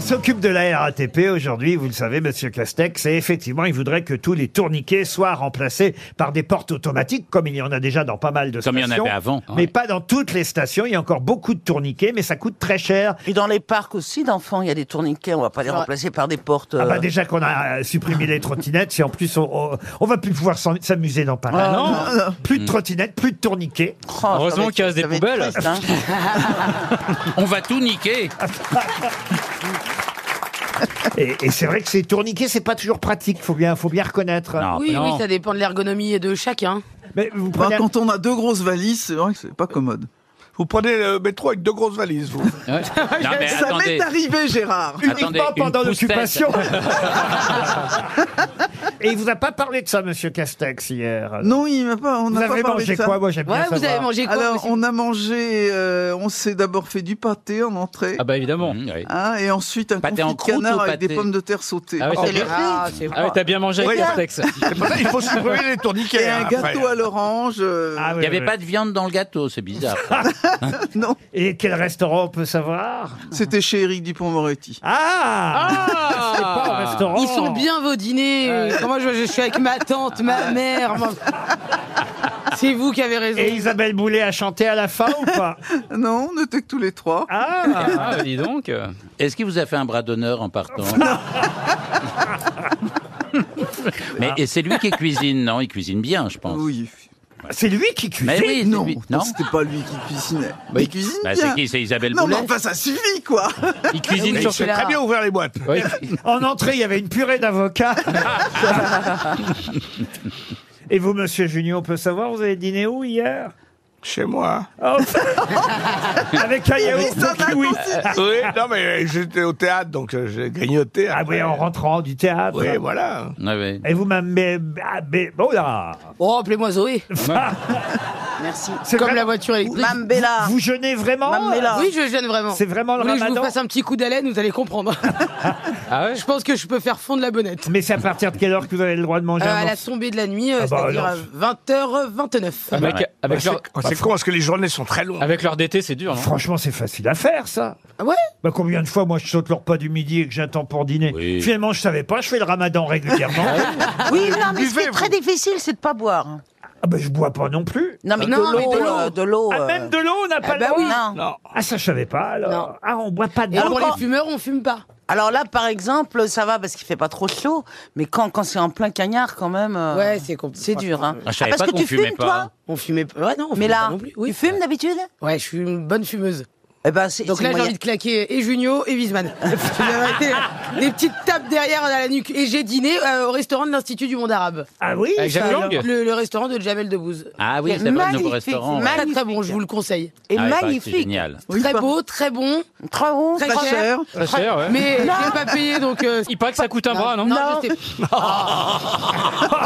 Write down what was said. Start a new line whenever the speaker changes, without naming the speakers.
s'occupe de la RATP aujourd'hui, vous le savez, Monsieur Castex, et effectivement, il voudrait que tous les tourniquets soient remplacés par des portes automatiques, comme il y en a déjà dans pas mal de
Comme il y en
stations.
avait avant, hein.
Mais pas dans toutes les stations. Il y a encore beaucoup de tourniquets, mais ça coûte très cher.
Puis dans les parcs aussi d'enfants, il y a des tourniquets, on va pas les remplacer par des portes.
Ah bah
euh,
déjà qu'on a euh, supprimé les trottinettes, si en plus on, on, on va plus pouvoir s'en- s'amuser dans Paris.
Ah,
non, Plus de trottinettes, plus de tourniquets.
oh, ça va
Heureusement
être-
qu'il reste
ça
des
va être
poubelles.
triste, hein.
On va tout niquer.
Et, et c'est vrai que ces tourniquets, c'est pas toujours pratique. Faut bien, faut bien reconnaître.
Non,
Oui,
Ah, non.
oui, ça dépend de l'ergonomie de hein. chacun.
Mais vous
Bah,
prenez,
quand on a deux grosses valises, c'est vrai que c'est pas commode.
Vous prenez le métro avec deux grosses valises, vous.
Ouais. Non, mais
Ça
attendez.
m'est arrivé, Gérard.
uniquement
Attendez, une
pendant
pousse-tête.
l'occupation. et il vous a pas parlé de ça, Monsieur Castex hier.
Non, il m'a pas. On
Vous
n'a pas
avez
parlé
mangé
de ça.
quoi Moi, j'aime
Ouais,
bien
vous
savoir.
avez mangé quoi
Alors,
aussi
on a mangé. euh, on s'est d'abord fait du pâté en entrée.
Ah bah évidemment.
Mmh, ouais.
hein, et ensuite un
Pâté en
confit de
croûte ou
canard avec
pâté
des pommes de terre sautées.
Ah ouais, t'as bien,
Ah, c'est
ah ouais, t'as bien mangé avec
Ouais.
Cortex.
C'est pour ça qu'il faut supprimer les tourniquets.
et un
hein,
gâteau
après.
à l'orange. euh,
Ah,
Il
oui,
n'y avait
oui.
pas de viande dans le gâteau, c'est bizarre.
Non,
Et quel restaurant on peut savoir
c'était chez Éric Dupont-Moretti.
Ah, C'est pas un restaurant.
Ils sont bien vos dîners. euh, quand moi, je, je suis avec ma tante, ma mère. moi. C'est vous qui avez raison.
Et Isabelle Boulet a chanté à la fin ou pas
Non, on était que tous les trois.
Ah
Ah, bah dis donc. euh.
Est-ce qu'il vous a fait un bras d'honneur en partant Mais et c'est lui qui cuisine, non Il cuisine bien, je pense.
Oui.
C'est lui qui cuisine
Mais oui, c'est
Non,
lui.
non,
non.
c'était pas lui qui cuisinait. il cuisine
Bah,
bien.
c'est qui C'est Isabelle
non, mais
Boulet
enfin, ça suffit, quoi.
Il
Mais
cuisine
Il
sur
sait très bien ouvrir les boîtes.
Ouais.
En entrée, il y avait une purée d'avocat. Et vous, monsieur Junior, on peut savoir, vous avez dîné où hier
Chez moi.
Oh. Avec un yaourt
ça
au kiwi.
Oui, non, mais j'étais au théâtre, donc euh, j'ai grignoté.
Ah oui, en rentrant du théâtre.
Oui, voilà.
Ouais, ouais.
Et vous m'avez... ah, mais- Oh là
Oh, appelez-moi Zoé.
Merci.
C'est
Comme
vrai-
la voiture électrique.
Mme Bella.
Vous jeûnez vraiment
Mme Bella.
Oui, je gêne vraiment.
C'est vraiment le
Vous voulez que je vous
ramadan
fasse un petit coup d'haleine, vous allez comprendre.
Ah ouais
je pense que je peux faire fondre la bonnette.
Mais c'est à partir de quelle heure que vous avez le droit de manger
Euh,
un
à la
morceau
tombée de la nuit, euh,
Ah bah,
c'est-à-dire
alors.
à 20h29.
Avec, avec,
C'est
leur, Bah,
c'est con parce que les journées sont très longues.
avec leur DT, c'est dur, non
Franchement, c'est facile à faire, ça.
Ah ouais
Bah, combien de fois, moi, je saute le repas du midi et que j'attends pour dîner
Oui.
Finalement, je savais pas, je fais le ramadan régulièrement.
Ah
Oui, non, mais ce qui
buvez,
est très difficile, c'est de pas boire.
ah bah, je bois pas non plus.
Non, mais
Non,
de
mais de
l'eau.
l'eau.
euh, De l'eau.
Ah,
euh,
même de l'eau, on n'a pas le
Oh, bah
droit
oui.
Non.
Non.
Ah, ça, je savais pas, alors.
Non.
Ah, on boit pas
Et
d'eau.
pour les
Encore.
fumeurs, on fume pas.
Alors là, par exemple, ça va parce qu'il fait pas trop chaud, mais quand, quand c'est en plein cagnard, quand même, euh,
Ouais, c'est compliqué.
c'est dur. Hein.
Ah, je savais
parce
pas
que
qu'on
tu
fumait
fumes,
pas, hein.
toi
On fumait pas. Ouais, non, on
Mais
fumait pas
là,
non plus. Oui.
tu fumes d'habitude
Ouais, je suis une bonne fumeuse.
Eh ben, c'est
Donc
c'est
là, j'ai
moyen.
envie de claquer euh, et Junio et Wiesmann. Je vais arrêter. euh, Des petites tapes derrière à la nuque. Et j'ai dîné euh, au restaurant de l'Institut du Monde Arabe.
Ah oui
Avec Jacques Lang
Le, le restaurant de Jamel Debbouze.
Ah oui,
C'est
c'est vrai, nouveau
magnifique,
restaurant.
c'est
ouais.
Très très bon, je vous le conseille.
Et
Ah, il paraît que C'est
magnifique.
génial.
Oui,
très
pas-
beau, très bon,
Très bon.
très,
Pas
cher.
cher.
Très cher, ouais.
Mais j'ai pas payé donc. euh,
Il paraît que ça coûte un bras, non
Non, je sais-